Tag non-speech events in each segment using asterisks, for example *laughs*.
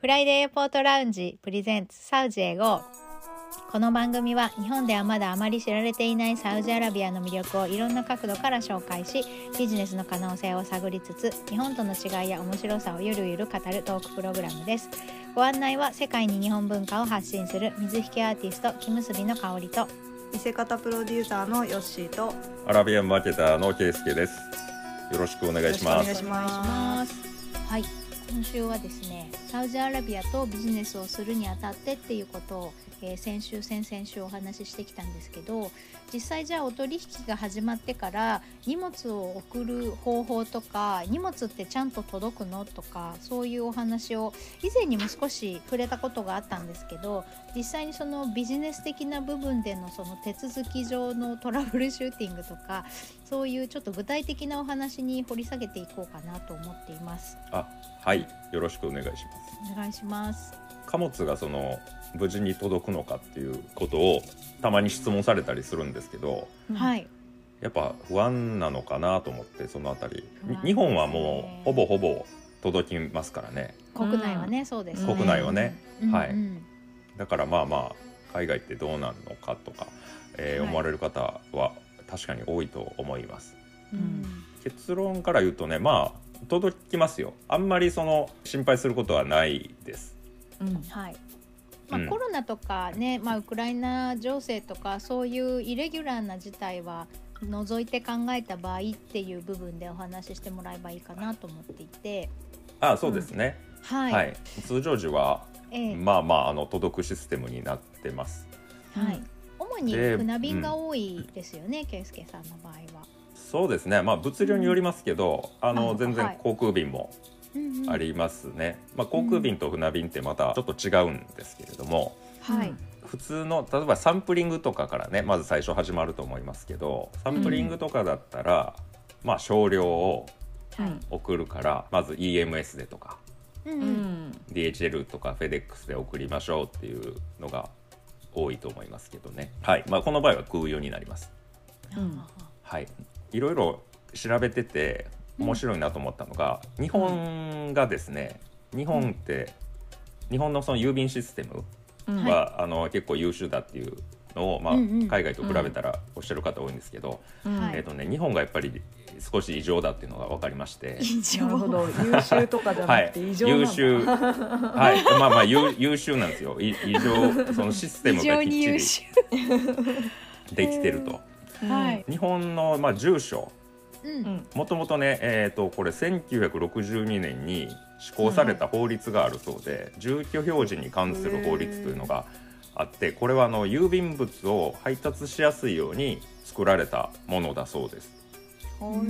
フライデーエアポートラウンジプレゼンツサウジへ GO この番組は日本ではまだあまり知られていないサウジアラビアの魅力をいろんな角度から紹介しビジネスの可能性を探りつつ日本との違いや面白さをゆるゆる語るトークプログラムですご案内は世界に日本文化を発信する水引きアーティスト木結びの香りと。見せ方プロデューサーのヨッシーとアラビアンマーケターのケイスケです。よろしくお願いしまよろす。しくお願いしますはい、今週はですね、サウジアラビアとビジネスをするにあたってっていうことを、えー先週先々週お話ししてきたんですけど、実際じゃあお取引が始まってから荷物を送る方法とか、荷物ってちゃんと届くのとかそういうお話を以前にも少し触れたことがあったんですけど、実際にそのビジネス的な部分でのその手続き上のトラブルシューティングとかそういうちょっと具体的なお話に掘り下げていこうかなと思っています。あ、はい、よろしくお願いします。お願いします。貨物がその無事に届くのかっていうことをたまに質問されたりするんですけど、はいい。やっぱ不安なのかなと思ってそのあたり不安です。ね日本はもうほぼほぼ届きますからね。国内はね、そうです、国内はねうん。はいうんだからまあまあ海外ってどうなるのかとか、えーはい思われる方は確かに多いと思います。うん結論から言うとねまあ届きますよあんまりその心配することはないですうんはい。まあ、うんコロナとかね、まあ、ウクライナ情勢とかそういうイレギュラーな事態は除いて考えた場合っていう部分でお話ししてもらえばいいかなと思っていて、ああそうですね、はい、はい、通常時は、ええまあまああの届くシステムになってますはい、主にで船便が多いですよね、圭介さんの場合は。そうですねまあ物量によりますけど、あのはい全は然い航空便もうんうんあ、りますね、まあ、航空便と船便ってまたちょっと違うんですけれども、はい、普通の例えばサンプリングとかからねまず最初始まると思いますけどサンプリングとかだったら、まあ少量をはい送るからまず EMS でとかうんううんん DHL とか FedEx で送りましょうっていうのが多いと思いますけどね、はいまあ、この場合は空輸になります、うんはい、いろいろ調べてて面白いなと思ったのが、日本がですね日本って日本のその郵便システムうんはいは、あの結構優秀だっていうのを、まあうんうん海外と比べたらおっしゃる方多いんですけど、うんはいえっとね、日本がやっぱり少し異常だっていうのが分かりまして。以なるほど優秀とかじゃはないく、て異常なん優だ秀、 *laughs* はい、まあまあ優優秀なんですよ。い異常そのシステム非が常きっに優ち秀。りできてると。うんはい日本のまあ住所、ううんん、もともとね、えっ、とこれ1962年に施行された法律があるそうで、住居表示に関する法律というのがあって、これはあの郵便物を配達しやすいように作られたものだそうです。うんう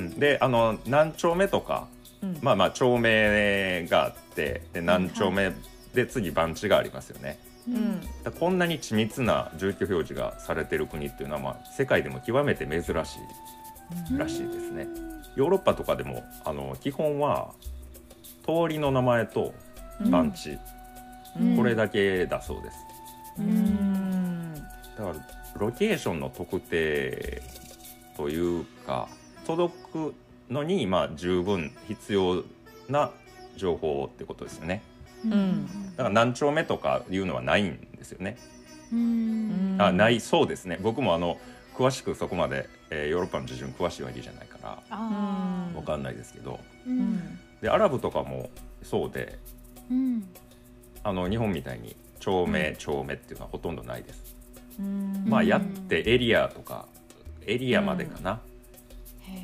ん、で、あの何丁目とかうんまあまあ町名があってで何丁目で次番地がありますよね。ううんんだからこんなに緻密な住居表示がされてる国っていうのは、まあ、世界でも極めて珍しいらしいですね。ヨーロッパとかでもあの基本は通りの名前とうん番地、うんこれだけだそうです。うんだからロケーションの特定というか届くのにまあ十分必要な情報ってことですよね。うんだから何丁目とかいうのはないんですよね。うんあないいそうですね。僕もあの詳しくそこまで、えーヨーロッパの事情に詳しいわけじゃないからあわかんないですけど、ーううんんでアラブとかもそうで、うんあの日本みたいに町名町目っていうのはほとんどないです。うんまあうんやってエリアとかエリアまでかな。へー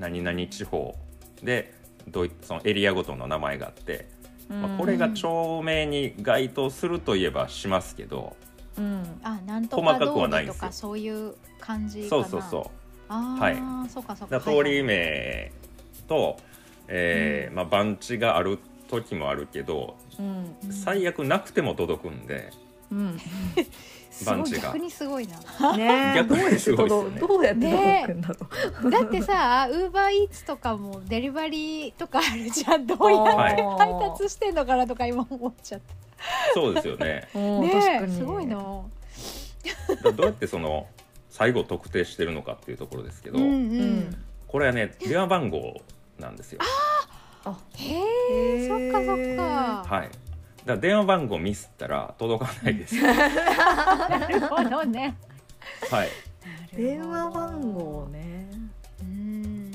何々地方でどういそのエリアごとの名前があって、まあ、これが町名に該当するといえばしますけど、うんあなんと細かかくは通ないりでとすかそういう感じかそうなそうそうあはいーそうかそうかだから通り名と、えーまあ、番地がある時もあるけどうん最悪なくても届くんでうん番番地地が逆にすごいなねえ *laughs* ど逆うやにってすごいっすよ届ねくどうやって届くんだろだ *laughs* ってさウーバーイーツとかもデリバリーとかあるじゃんどううやっはいて配達してんのかなとか今思っちゃったそうです *laughs* よねうん確ねかえにすごいな。だからどうやってその最後特定してるのかっていうところですけど、うんんこれはね電話番号なんですよ。あへえ、そっかそっか。はいだから電話番号ミスったら届かない *laughs* です *laughs* なるほどね。はい電話番号。ね。うん。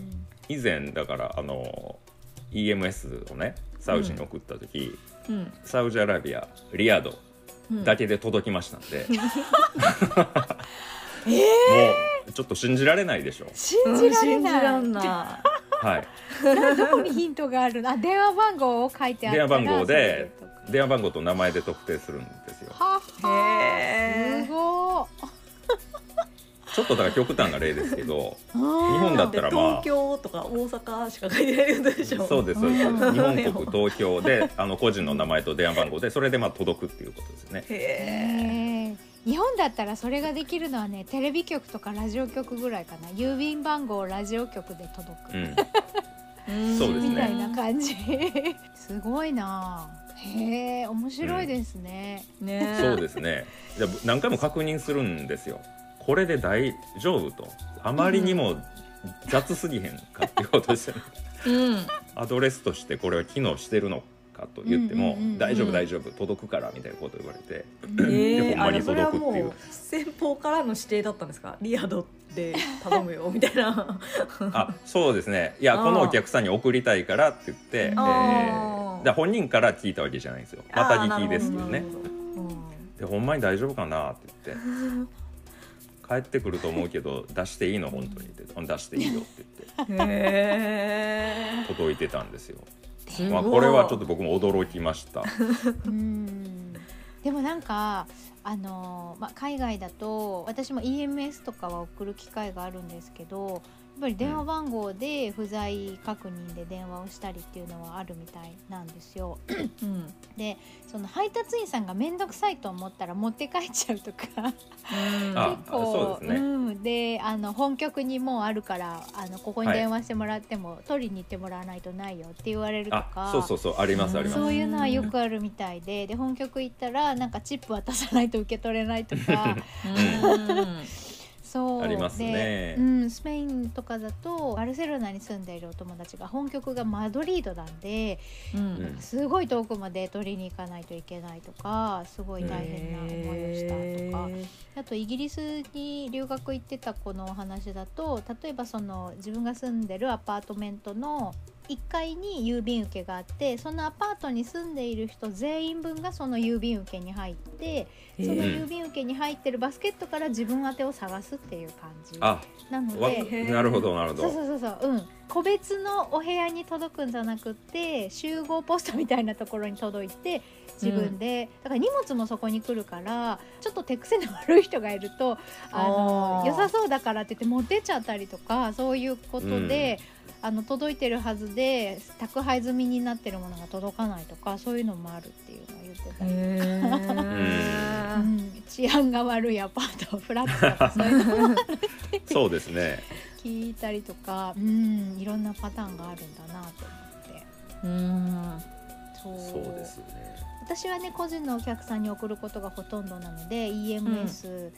以前だからあの EMS をねサウジに送った時、うん。サウジアラビアリヤドうんだけで届きましたん *laughs* で、もええうちょっと信じられないでしょ信うんじられ信じらない。 *laughs* んなはいどこにヒントがあるの？あ、電話番号を書いてある。電話番号で電話番号と名前で特定するんですよはっい。は。へすえ。ごい。ちょっとだから極端な例です *laughs* けど日日本だったらまあ東京とか大阪しか書いてないことでしょ。そうですそうですうん日本国東京であの個人の名前と電話番号でそれでまあ届くっていうことですねへえ。えー日本だったらそれができるのはねテレビ局とかラジオ局ぐらいかな郵便番号をラジオ局で届く、うんそうですねみたいな感じ *laughs* すごいなへえ面白いですね、ね。そうですねじゃあ何回も確認するんですよこれで大丈夫とあまりにも雑すぎへんかっていうことですよねす。うん。アドレスとしてこれは機能してるのかと言ってうんうもんうんうん「大丈夫大丈夫届くから」みたいなこと言われてうんでええほんまに届くっていうあれはも先方からの指定だったんですかリアドで頼むよみたい *laughs* なあそうですねいやあーこのお客さんに送りたいからって言って、えあーーだから本人から聞いたわけじゃないんですよまた聞きですけどねあーなるほどでほんまに大丈夫かなって言って帰ってくると思うけど出していいの本当にって出していいよって言っなるほどへ *laughs* て届いてたんですよ、えまあ、これはちょっと僕も驚きましたうんでもなんかあのーまあ、海外だと私も EMS とかは送る機会があるんですけどやっぱり電話番号で不在確認で電話をしたりっていうのはあるみたいなんですよ。うんでその配達員さんが面倒くさいと思ったら持って帰っちゃうとかあ結構そうですねん、であの本局にもうあるからあのここにはい電話してもらっても、取りに行ってもらわないとないよって言われるとあかそうそうそうありますありますそういうのはよくあるみたいでで本局行ったらなんかチップ渡さないと受け取れないと *laughs* かうんそうありますねでうん、スペインとかだとバルセロナに住んでいるお友達が本局がマドリードなんでうんすごい遠くまで取りに行かないといけないとかすごい大変な思いをしたとか。へあとイギリスに留学行ってた子のお話だと例えばその自分が住んでるアパートメントの1階に郵便受けがあってそのアパートに住んでいる人全員分がその郵便受けに入ってえそのへえ郵便受けに入ってるバスケットから自分宛てを探すっていう感じあなのわで。なるほどなるほそうどそうそうそううん個別のお部屋に届くんじゃなくって集合ポストみたいなところに届いて自分で、だから荷物もそこに来るからちょっと手癖の悪い人がいるとあのあー良さそうだからって言って持ってっちゃったりとかそういうことで、あの届いてるはずで宅配済みになってるものが届かないとかそういうのもあるっていうのを言ってたり。えうん治安が悪いアパート *laughs* フラットとかそういうのそうですね聞いたりとかうんいろんなパターンがあるんだなと思ってうんそうそうですね私はね個人のお客さんに送ることがほとんどなので EMS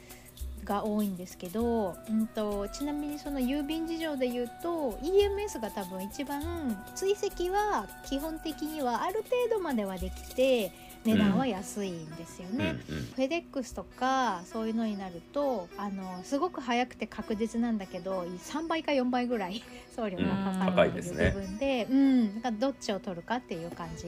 が多いんですけど、うんとちなみにその郵便事情で言うと EMS が多分一番追跡は基本的にはある程度まではできて値段は安いんですようんね。フェデックスとかそういうのになるとあのすごく早くて確実なんだけど3倍か4倍ぐらい *laughs* 送料がかかるっていう部分で,、うん、だからどっちを取るかっていう感じ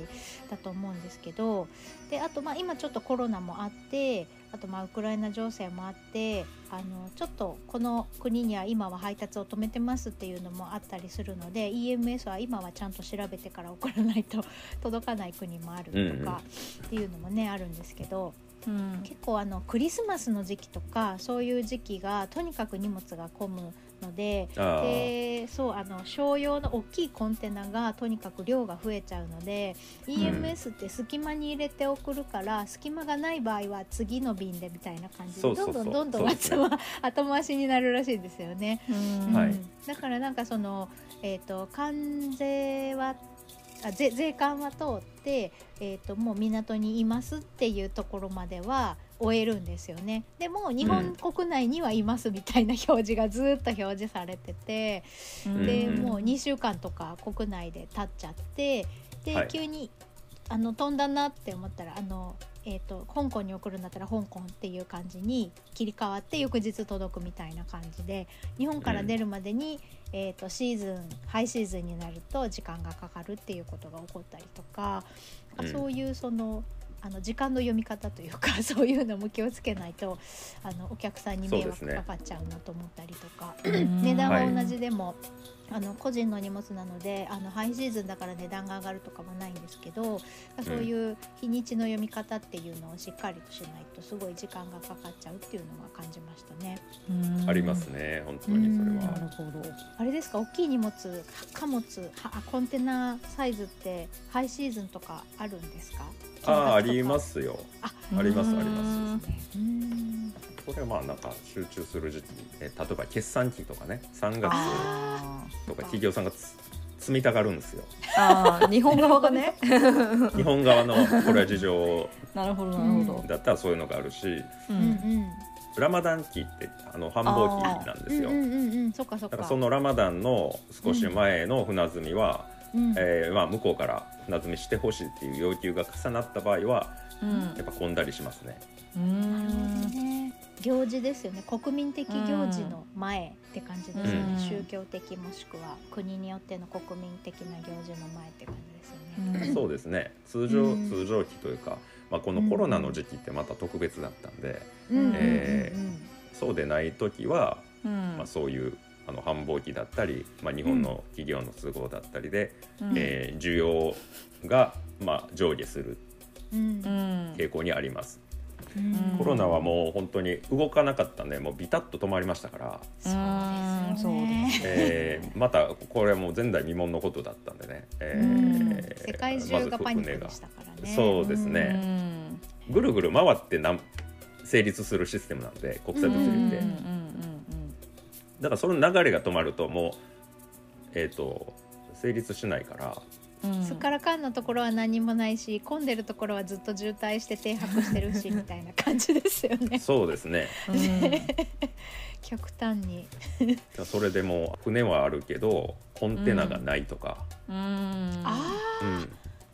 だと思うんですけどであとまあ今ちょっとコロナもあってあとまあウクライナ情勢もあってあのちょっとこの国には今は配達を止めてますっていうのもあったりするので EMS は今はちゃんと調べてから送らないと届かない国もあるとかっていうのもねあるんですけど。うん結構あのクリスマスの時期とかそういう時期がとにかく荷物が混むのでうんあーでそうあの商用の大きいコンテナがとにかく量が増えちゃうので EMS って隙間に入れて送るから、隙間がない場合は次の便でみたいな感じそでうそうどそんうどんどんどんそうですね後回後回しになるらしいですよね。うんはいうんだからなんかその、えー、と関税はあ税税関は通って、えー、ともう港にいますっていうところまでは終えるんですよねでも日本国内にはいますみたいな表示がずっと表示されてて、うんでうんもう2週間とか国内で経っちゃってで、はい急にあの飛んだなって思ったらあの、えー、と香港に送るんだったら香港っていう感じに切り替わって翌日届くみたいな感じで日本から出るまでに、えー、とシーズンハイシーズンになると時間がかかるっていうことが起こったりとかなんかそういうその。あの時間の読み方というか *laughs* そういうのも気をつけないとあのお客さんに迷そう惑ですねかかっちゃうなと思ったりとか、うん値段ははい同じでも、あの個人の荷物なのであのハイシーズンだから値段が上がるとかもないんですけどそういう日にちの読み方っていうのをしっかりとしないとすごい時間がかかっちゃうっていうのは感じましたね。うんありますね本当にそれなるは。ほどあれですか大きい荷物貨物はあコンテナサイズってハイシーズンとかあるんですかああありま。すよ。ありますありま金額すとかですねうんこれはまあなんか集中する時期に、え例えば決算期とかね3月ああーとか企業さんがつ積みたがるん *laughs* ですよ。あー日本側がね日本側のこれは事情なるほどなるほど、だったらそういうのがあるし、ううんんラマダン期ってあの繁忙期なんですうんうよ。んうんうんそっかそっかだからそのラマダンの少し前の船積みは、うんえーまあ、向こうから船積みしてほしいっていう要求が重なった場合はうんやっぱ混んだりしますね。うなるほどんね行事ですよね国民的行事の前って感じですよね、うん宗教的もしくは国によっての国民的な行事の前って感じですよね、 *laughs* うんそうですね通常、うん通常期というか、まあ、このコロナの時期ってまた特別だったんで、うんうんうんうんえそうでない時は、うんまあ、そういうあの繁忙期だったり、まあ、日本の企業の都合だったりで、うんえー需要が、まあ、上下するうんうん傾向にあります、うんコロナはもう本当に動かなかったんでもうビタッと止まりましたから、そうですよねえ *laughs* ーまたこれはもう前代未聞のことだったんでね、えー世界中がパニックまでしずたからね、そうですねうんぐるぐる回ってなん成立するシステムなので国際うんうん物うん流うって、んだからその流れが止まるともうえっ、と成立しないからうんうんすっからかんのところは何もないし混んでるところはずっと渋滞して停泊してるしみたいな感じですよねそうですねう極端にだからそれでもう船はあるけどコンテナがないとか、んうんあうあん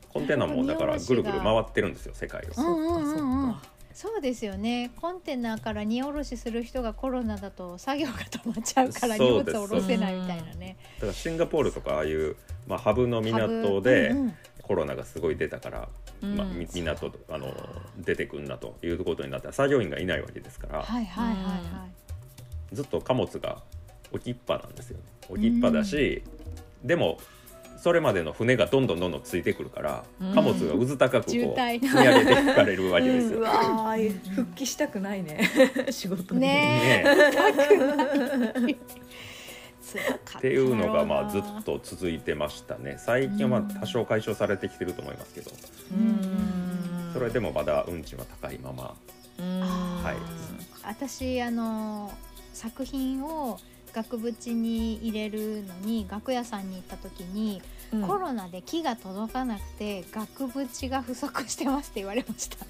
コンテナもだからぐるぐる回ってるんですよ世界うを。んうんそっかそっうんうんかそうですよねコンテナから荷下ろしする人がコロナだと作業が止まっちゃうから荷そ物うです下ろせないみたいなねだからシンガポールとかああいう、まあ、ハブの港ハでブうんうんコロナがすごい出たから、うんまあ、み港あの出てくんなということになったら作業員がいないわけですから、はいはいはいはいずっと貨物が置きっぱなんですよね置きっぱだし、でもそれまでの船がどんどんどんどんついてくるから、うん貨物がうず高くこう渋積み上滞げていかれるわけですう *laughs* よ。わー復帰したくないね *laughs* 仕事にねねえ辛かったっていうのがまあずっなと続いてましたね最近は多少解消されてきてると思いますけど、うんそれでもまだ運賃は高いままうんはい私あの作品を額縁に入れるのに額屋さんに行った時に、うんコロナで木が届かなくて額縁が不足してますって言われました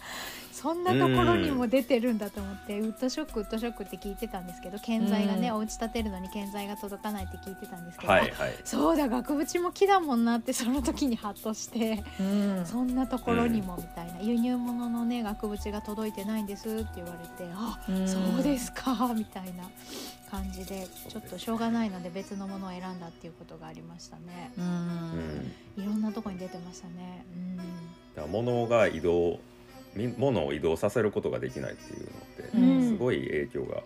*laughs* そんなところにも出てるんだと思って、ウッドショックウッドショックって聞いてたんですけど建材がね、うんお家建てるのに建材が届かないって聞いてたんですけど、はいはいそうだ額縁も木だもんなってその時にハッとしてうんそんなところにもみたいな、輸入物のね額縁が届いてないんですって言われてあ、うんそうですかみたいな感じでちょっとしょうがないので別のものを選んだっていうことがありましたねううんんいろんなとこに出てましたねだから物が移動み物を移動させることができないっていううのっんてすごい影響が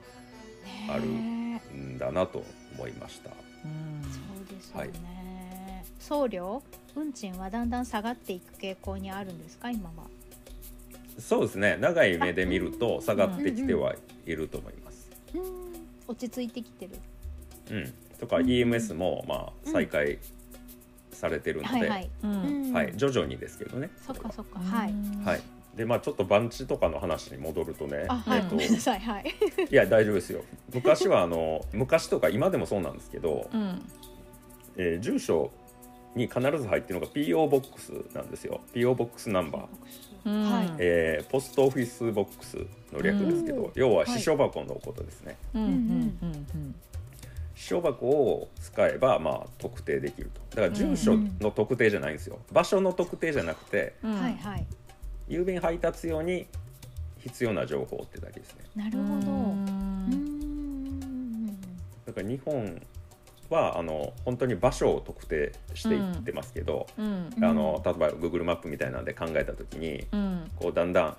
あるねえんだなと思いました、うんそうですよね、送料運賃はだんだん下がっていく傾向にあるんですか今はそうですね長い目で見ると下がってきてはいると思います、うん落ち着いてきてるうんとかうん EMS もまあ再開されてるので、はいはい、ううんんはい徐々にですけどねそっかそっかはいはい、でまあちょっと番地とかの話に戻るとね、あはい、えっとごめんなさいはいいや大丈夫ですよ昔はあの昔とか今でもそうなんですけど、うんえー住所に必ず入ってるのが PO ボックスなんですよ PO ボックスナンバうー、んはい。えーポストオフィスボックスの略ですけど、うん要ははい支所箱のことですね、うんうんうんうん私書箱を使えばまあ特定できるとだから住所の特定じゃないんですよ、場所の特定じゃなくてうんはいはい郵便配達用に必要な情報ってだけですねなるほどううんーんだから日本はあの本当に場所を特定していってますけど、うんうんあの例えば Google マップみたいなんで考えた時にうんこうだんだん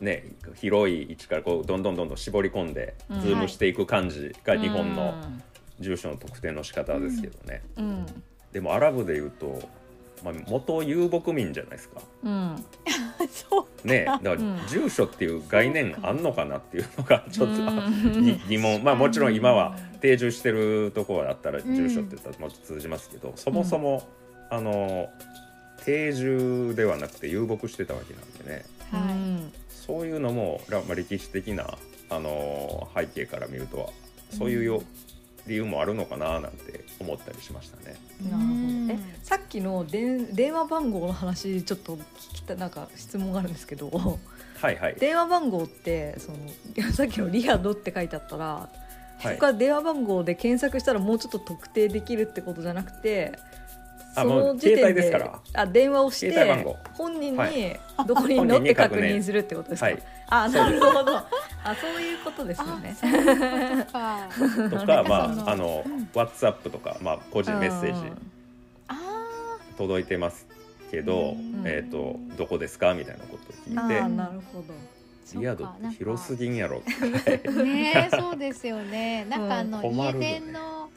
ね、広い位置からこうどんどんどんどん絞り込んでうんズームしていく感じが日本のうん住所の特定の仕方ですけどね、うんでもアラブでいうと、まあ、元遊牧民じゃないですかうん *laughs* そうねだからうん住所っていう概念あんのかなっていうのが *laughs* ちょっとうあんぎ疑問まあもちろん今は定住してるところだったらん住所って言ったらもう通じますけど、そもそもあの定住ではなくて遊牧してたわけなんでねうはんそういうのもらまあ歴史的なあの背景から見るとはそういうよ理由もあるのかななんて思ったりしましたね。いなるほど。うえん、さっきの電電話番号の話ちょっと聞きたなんか質問があるんですけど、はいはい、電話番号ってその *laughs* さっきのリアドって書いてあったら、はいそこから電話番号で検索したらもうちょっと特定できるってことじゃなくて。あそもうの時点携帯ですからあ電話をして携帯番号本人はにどこにいるのって確認するってことですか、はい、あなるほどあそういうことですよ *laughs* ねあそういうことかとなんかかま *laughs* そのああのうん WhatsApp とか、まあ、個人メッセージあ届いてます *laughs* けど、うんえっ、とどこですかみたいなことをあ聞ーいてなるほどーリアそドっっかて広すぎん *laughs* やろってねえそうですよ *laughs* ねなんかあの、うん困家るよね電の *laughs*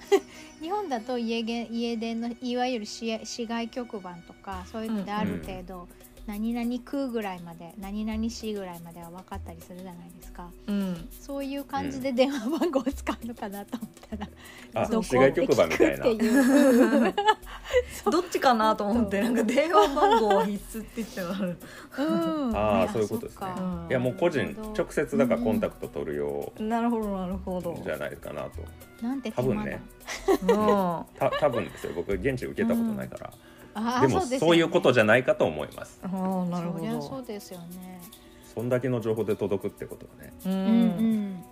日本だと家げ家電のいわゆる市市外局番とかそういうのである程度、何々区ぐらいまで何々市ぐらいまでは分かったりするじゃないですか *laughs* うんそういう感じで電話番号を使うのかなと思ったら、あどこ市外局番みたいなって聞くっていうどっちかなと思ってなんか電話番号は必須って言ってたからうんああいやそういうことですねそっかいやもう個人なるほど直接だからコンタクト取るよなるほどなるほどうじゃないかなとなんて多手間だ分ねもた多分ですよ僕現地受けたことないから、ああでもすよねそういうことじゃないかと思いますうああなるそりゃほそうですよねそんだけの情報で届くってことはねどううんん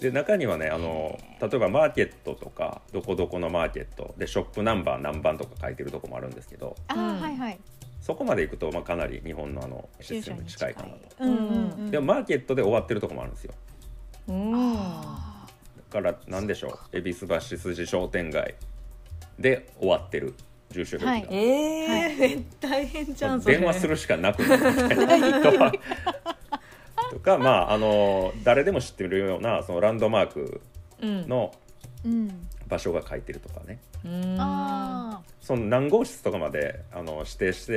で中にはねあの例えばマーケットとかどこどこのマーケットでショップナンバー何番とか書いてるとこもあるんですけどああ、うんはいはいそこまで行くと、まあ、かなり日本のあのシステムに近いかなとうんうんうんでもマーケットで終わってるとこもあるんですようんあだから何でしょう恵比寿橋筋商店街で終わってる住所表記が、はいええ大変じゃんそれ電話するしかなくなるみたいな人はとかまああの誰でも知ってるようなそのランドマークうんのーうん場所が書いてるとかねうんあその何号室とかまであの指定して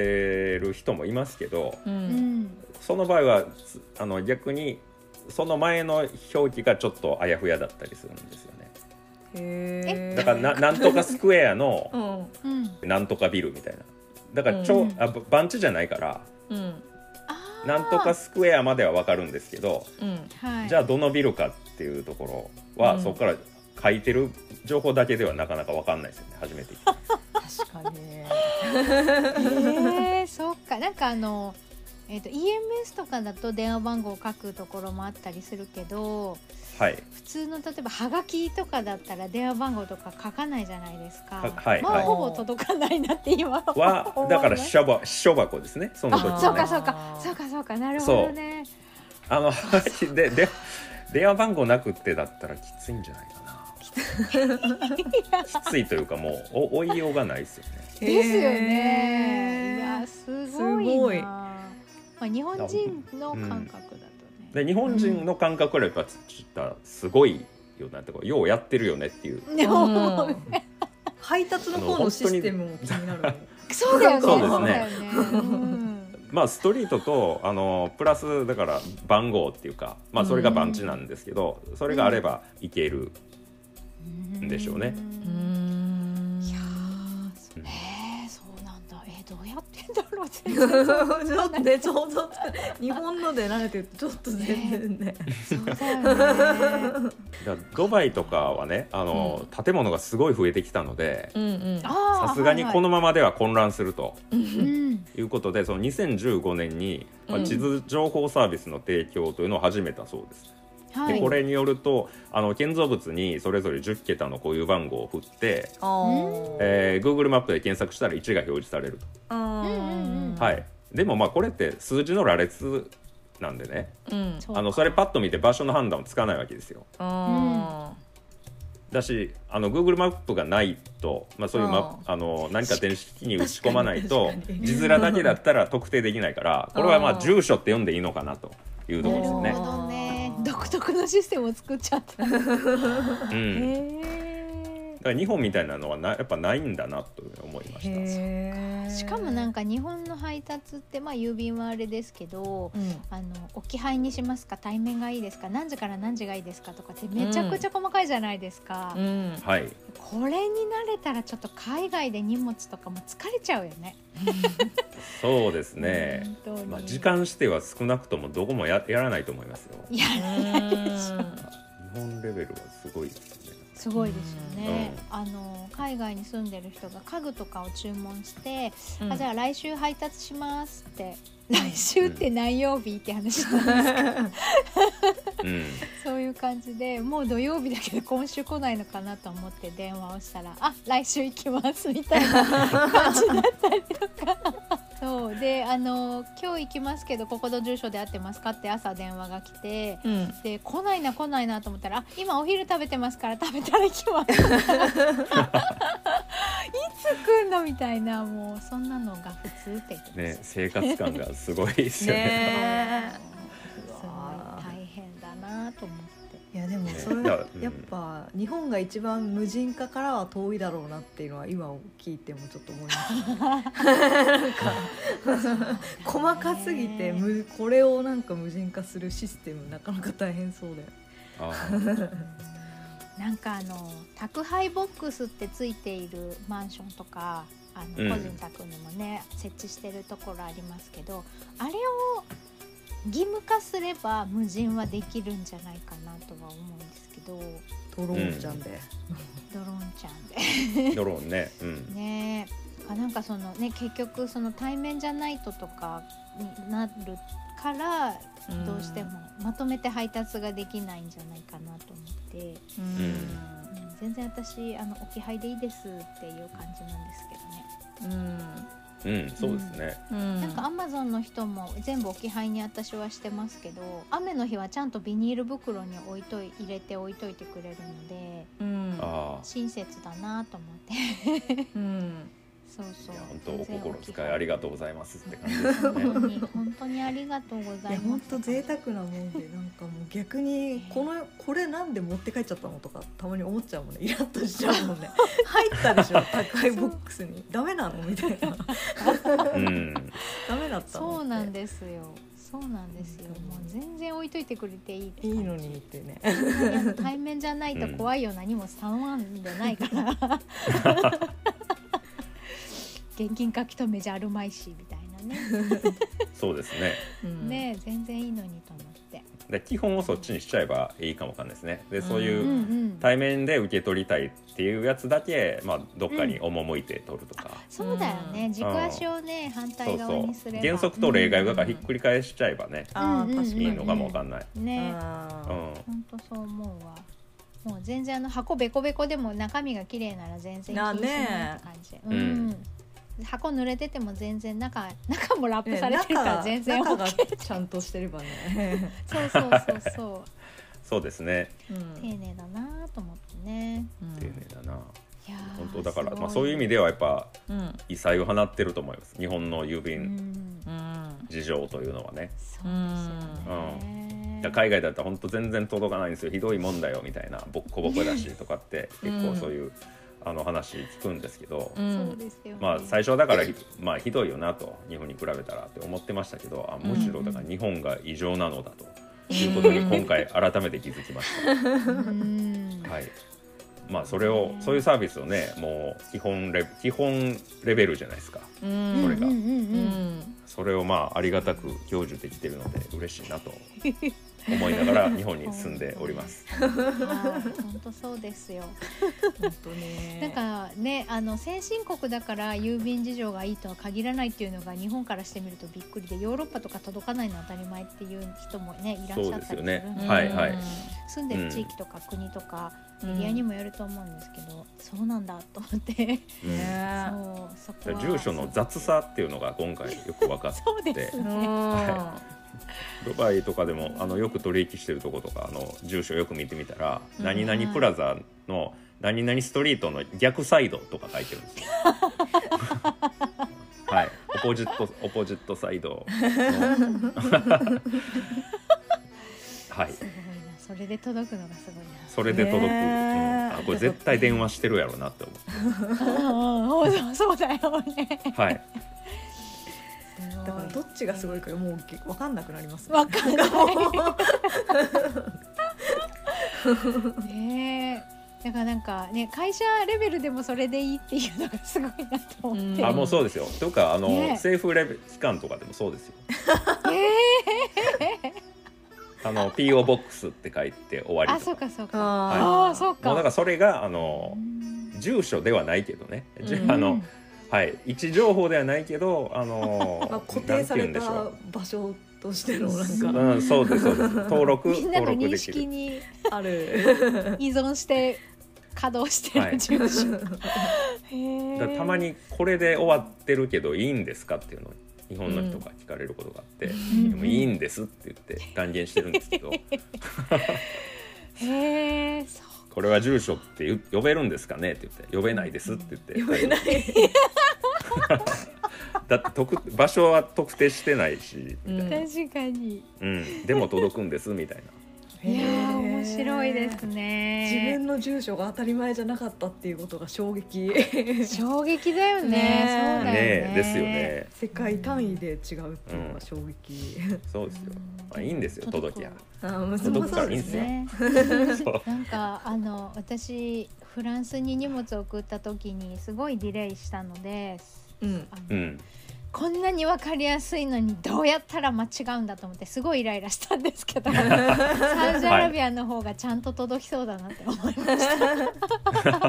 る人もいますけどうあうんんその場合はつあの逆にその前の表記がちょっとあやふやだったりするんですよねへえだからななんとかスクエアのうんうんなんとかビルみたいなだから超、うんあば番地じゃないからうんあーなんとかスクエアまでは分かるんですけどうんはいじゃあどのビルかっていうところは、うんそこから書いてる情報だけではなかなか分かんないですよね初めて聞いた確かにえー、そっかなんかあのえっ、と EMS とかだと電話番号を書くところもあったりするけどはい普通の例えばはがきとかだったら電話番号とか書かないじゃないですかははいまあ、はいほぼ届かないなって今は *laughs* 思いますだから書箱書箱ですねその時あのそうねかそうかそうかそうかなるほどねあの *laughs* でで電話番号なくってだったらきついんじゃないかなきついというかもうお追いようがないですよねですよねいやすごいなすごいまあ、日本人の感覚だとね、で日本人の感覚からやっぱつちょっとすごいよなとかようやってるよねっていうでもうん配達の方のシステムも気になるねそうだよね。そうですねだよね。うんまあストリートとあのプラスだから番号っていうか、まあ、それが番地なんですけど、それがあればいける、でしょうねうんいやうー、んえー、そうなんだ。えー、どうやってんだろう。全ちょ然っとね、ちょうど日本ので慣れてるとちょっと全然ね。そうだよね。だからドバイとかはねあの、建物がすごい増えてきたのでうんうんあー *laughs* さすがにこ、のままでは混乱するとはいはいうん、いうことでその2015年に、まあうん地図情報サービスの提供というのを始めたそうです。はいでこれによるとあの建造物にそれぞれ10桁の固有番号を振って、あーえー Google マップで検索したら1が表示されると、あーうんうんうんはい、でもまあこれって数字の羅列なんでねうんそうあのそれパッと見て場所の判断もつかないわけですよあだしあの Google マップがないと、まあ、そういうマあの何か電子機器に打ち込まないと確かに字面だけだったら特定できないからこれはまああー住所って読んでいいのかなというところですなるねほ。どね独特のシステムを作っちゃったへうんえだから日本みたいなのはなやっぱないんだなと思いまーした。へーしかもなんか日本の配達ってまあ郵便はあれですけどうんあの置き配にしますか対面がいいですか何時から何時がいいですかとかってめちゃくちゃ細かいじゃないですか、うんはい、これに慣れたらちょっと海外で荷物とかも疲れちゃうよねそうですね。本当にまあ時間指定は少なくともどこもややらないと思いますよ。いや日本レベルはすごいですね。すごいですよねう、あの海外に住んでる人が家具とかを注文して、うんあじゃあ来週配達しますって来週って何曜日って話なんですけど、うん、 *laughs* そういう感じでもう土曜日だけど今週来ないのかなと思って電話をしたら「あ来週行きます」みたいな感じだったりとか。そうであの今日行きますけどここの住所で合ってますかって朝電話が来てうんで来ないな来ないなと思ったらあ「今お昼食べてますから食べたら行き *laughs* ます」いつ来んのみたいなもうそんなのが普通って言ってまねす。生活感がすごいですよね。ねえすごい大変だなと思って。いやでもそれいやうんやっぱ日本が一番無人化からは遠いだろうなっていうのは今聞いてもちょっと思います、なんか細かすぎてむこれをなんか無人化するシステムなかなか大変そうだよあーなんかあの宅配ボックスってついているマンションとかあうんの個人宅にもね、設置してるところありますけどあれを義務化すれば無人はできるんじゃないかなとは思うんですけどドローンちゃんで、ドローンちゃんでドローンね。うん。ねえあなんかそのね結局その対面じゃないととかになるからんどうしてもまとめて配達ができないんじゃないかなと思って。うんうん全然私あの置き配でいいですっていう感じなんですけどね、うんうん、そうですね。うんなんかアマゾンの人も全部置き配に私はしてますけど雨の日はちゃんとビニール袋に置いとい入れて置いといてくれるのでうんああ。親切だなと思ってうんそうそいうや本当お心遣いありががとうございますって感じですよね。本当に本当にありがとうございいやま本す当贅沢なもんでなんかもう逆にこのこれなんで持って帰っちゃったのとかたまに思っちゃうもんねイラッとしちゃうもんね *laughs* 入ったでしょ宅配ボックスにダメなのみたいなうん。ダメだったのそうなんでですよそうなんですよもう全然置いといてくれていいっていい感じのにってね対面じゃないと怖いよ何も3万でないから現金書き留めじゃあるまいしみたいなねそうですね。うんねえ全然いいのにと思ってで基本をそっちにしちゃえばいいかもわかんないですね。でそういうううんんうん対面で受け取りたいっていうやつだけ、まあ、どっかに赴いて取るとか、そうだよねうん軸足をね反対側そうにそすうれば原則と例外がひっくり返しちゃえばね、あうんーうん確かにいいのかもわかんない、ねうあんほんとそう思うわもう全然あの箱ベコベコでも中身が綺麗なら全然気にしないって感じ、ねえうん箱濡れてても全然中中もラッープねされてるから全然中 OK がちゃんとしてればねそうそうそうそうそうですねうん丁寧だなと思ってね。うん丁寧だな、いやー本当だから、すごまあ、そういう意味ではやっぱうん異彩を放ってると思います日本の郵う便ん、うん事情というのはね、そうですよね。だから海外だったら本当全然届かないんですよひどいもんだよみたいなボッコボコだしとかってうん結構そういう、あの話聞くんですけど、そうですよ、ね。まあ、最初だから、まあ、ひどいよなと日本に比べたらって思ってましたけどあむしろだから日本が異常なのだということに今回改めて気づきましうん *laughs* た。はい、まあそれをそういうサービスをねもう基本レ基本レベルじゃないですかううんこうんれんがうんううんんそれをまあありがたく享受できてるので嬉しいなと思いながら日本に住んでお *laughs* ります。はい本当そうですよ。本当ねなんかねあの先進国だから郵便事情がいいとは限らないっていうのが日本からしてみるとびっくりでヨーロッパとか届かないのは当たり前っていう人もねいらっしゃったりするんでそうですようんはいはい住んでる地域とか国とかうんメディアにもよると思うんですけど、そうなんだと思ってうんねそうそこは住所の雑さっていうのが今回よく分かっそうでてすうんねはドバイとかでもあのよく取引してるとことかあの住所よく見てみたら「うん何々プラザ」の「何々ストリート」の逆サイドとか書いてるんですよ。はい、オポジットオポジットサイドのはいすごいなそれで届くのがすごいなそれで届く、ねえうんあこれ絶対電話してるやろなって思うんうんうんそうだよねうはいだからどっちがすごいかもうげわかんなくなりますねわかんないねえだからなんかね会社レベルでもそれでいいっていうのがすごいなと思って、んあもうそうですよというかあの、ねえ政府レベ機関とかでもそうですよえあの PO ボックスって書いて終わー、りあそうとかかそうかああーあそうかもうだからそれがあのう住所ではないけどね、じゃうんあのはい位置情報ではないけどあ *laughs* の、まあ、固定されたなんて言うんでし場所としてのなんょう、かうん、そうですそうです *laughs* 登録んみんなの登録認でき識るにある依存して稼働してはるい住所、へえだからたまにこれで終わってるけどいいんですかっていうのを日本の人が聞かれることがあって、んでもいいんですって言って断言してるんで *laughs* すけどへえそうこれは住所って言う呼べるんですかねって言って呼べないですって言っ読めてない *laughs* だって特場所は特定してないし、うん確かに、うん、でも届くんですみたいな。いやー面白いです自ね分の住所が当たり前じゃなかったっていうことが衝 *laughs* 撃衝撃だよねそうねえだよねねえですよね。世界単位で違うっていうのが衝撃、そうですよ。まあ、いいんですよ、届きや。あーもうそどもっそかうらいでいんすすよねねそうなんかあの私フランスに荷物を送った時にすごいディレイしたのでうんあのうん。こんなに分かりやすいのにどうやったら間違うんだと思ってすごいイライラしたんです *laughs* けどサウジアラビアの方がちゃんと届きそうだなって思いました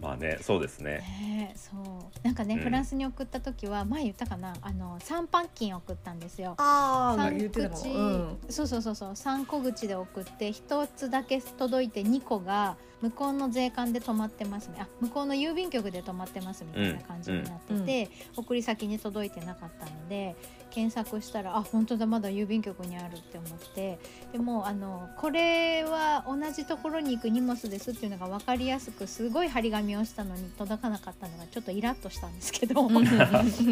まあね、そうですね。ね。そうなんかね、うんフランスに送った時は前言ったかなあの三パンキン送ったんですよ。ああ三言ってた口、の、うん、そうそうそうそう三個口で送って一つだけ届いて二個が向こうの税関で止まってますねあ向こうの郵便局で止まってますみたいな感じになってて、送り先に届いてなかったので検索したらあ本当だまだ郵便局にあるって思ってでもあのこれは同じところに行く荷物ですっていうのが分かりやすくすごい張り紙をしたのに届かなかったのがちょっとイラッとしたんですけど。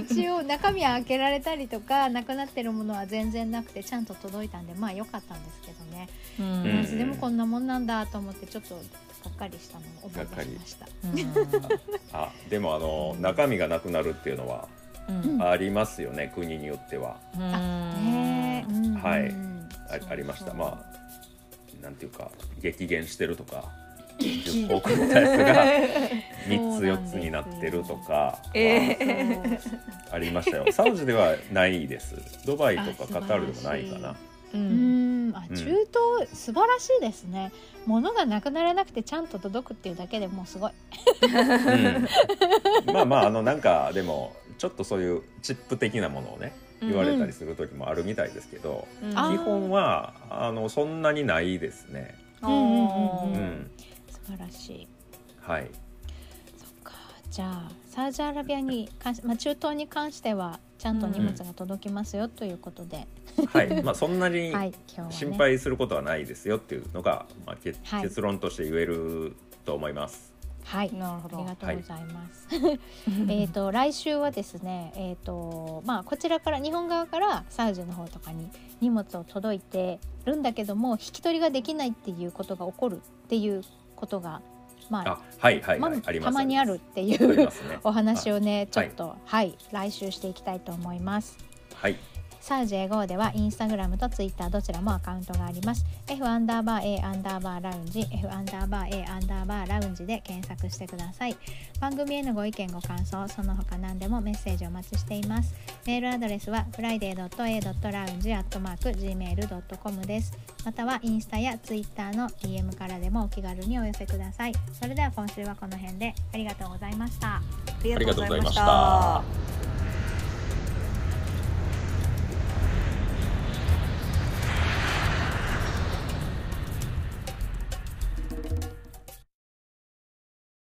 一応中身は開けられたりとかなくなってるものは全然なくてちゃんと届いたんでまあ良かったんですけどねうんフランうスでもこんなもんなんだと思ってちょっとがっかりしたのを思い出しました。あ、でも、あの、中身がなくなるっていうのはうんありますよね、国によっては。ねえうんはいうんあそうありましそた。うまあ。なんていうか、激減してるとか。激多くのタイプが三そつうな四んですつよになってるとか。 *laughs* えそうあありましたよ。サウジではないです。ドバイとかカタールでもないかあな。ううんんあうん中東素晴らしいですね物がなくならなくてちゃんと届くっていうだけでもうすごいうんまあまあ、あの、なんか、でも。ちょっとそういうチップ的なものをね言われたりする時もあるみたいですけど、うんあー基本はあのそんなにないですね。あうーん、うん素晴らしいはい。そっかじゃあサウジアラビアに関し、まあ、中東に関してはちゃんと荷物が届きますよということで、はい。まあそんな *laughs* にはい今日は、ね、心配することはないですよっていうのが、まあけはい結論として言えると思います。はいなるほどありがとうございます。 *laughs* えっと来週はですね、えっ、とまあこちらから日本側からサウジの方とかに荷物を届いてるんだけども引き取りができないっていうことが起こるっていうことがまああ、はいはいまはい、ありあます。たまにあるっていあり *laughs* うますね。お話をねちょはいっとはい、来週していきたいと思います。はい。サウジエゴーではインスタグラムとツイッターどちらもアカウントがあります F アンダーバー A アンダーバーラウンジ F アンダーバー A アンダーバーラウンジで検索してください番組へのご意見ご感想その他何でもメッセージお待ちしていますメールアドレスは friday.a.lounge.gmail.com ですまたはインスタやツイッターの DM からでもお気軽にお寄せくださいそれでは今週はこの辺でありがとうございましたありありがとうございまし。がとうございました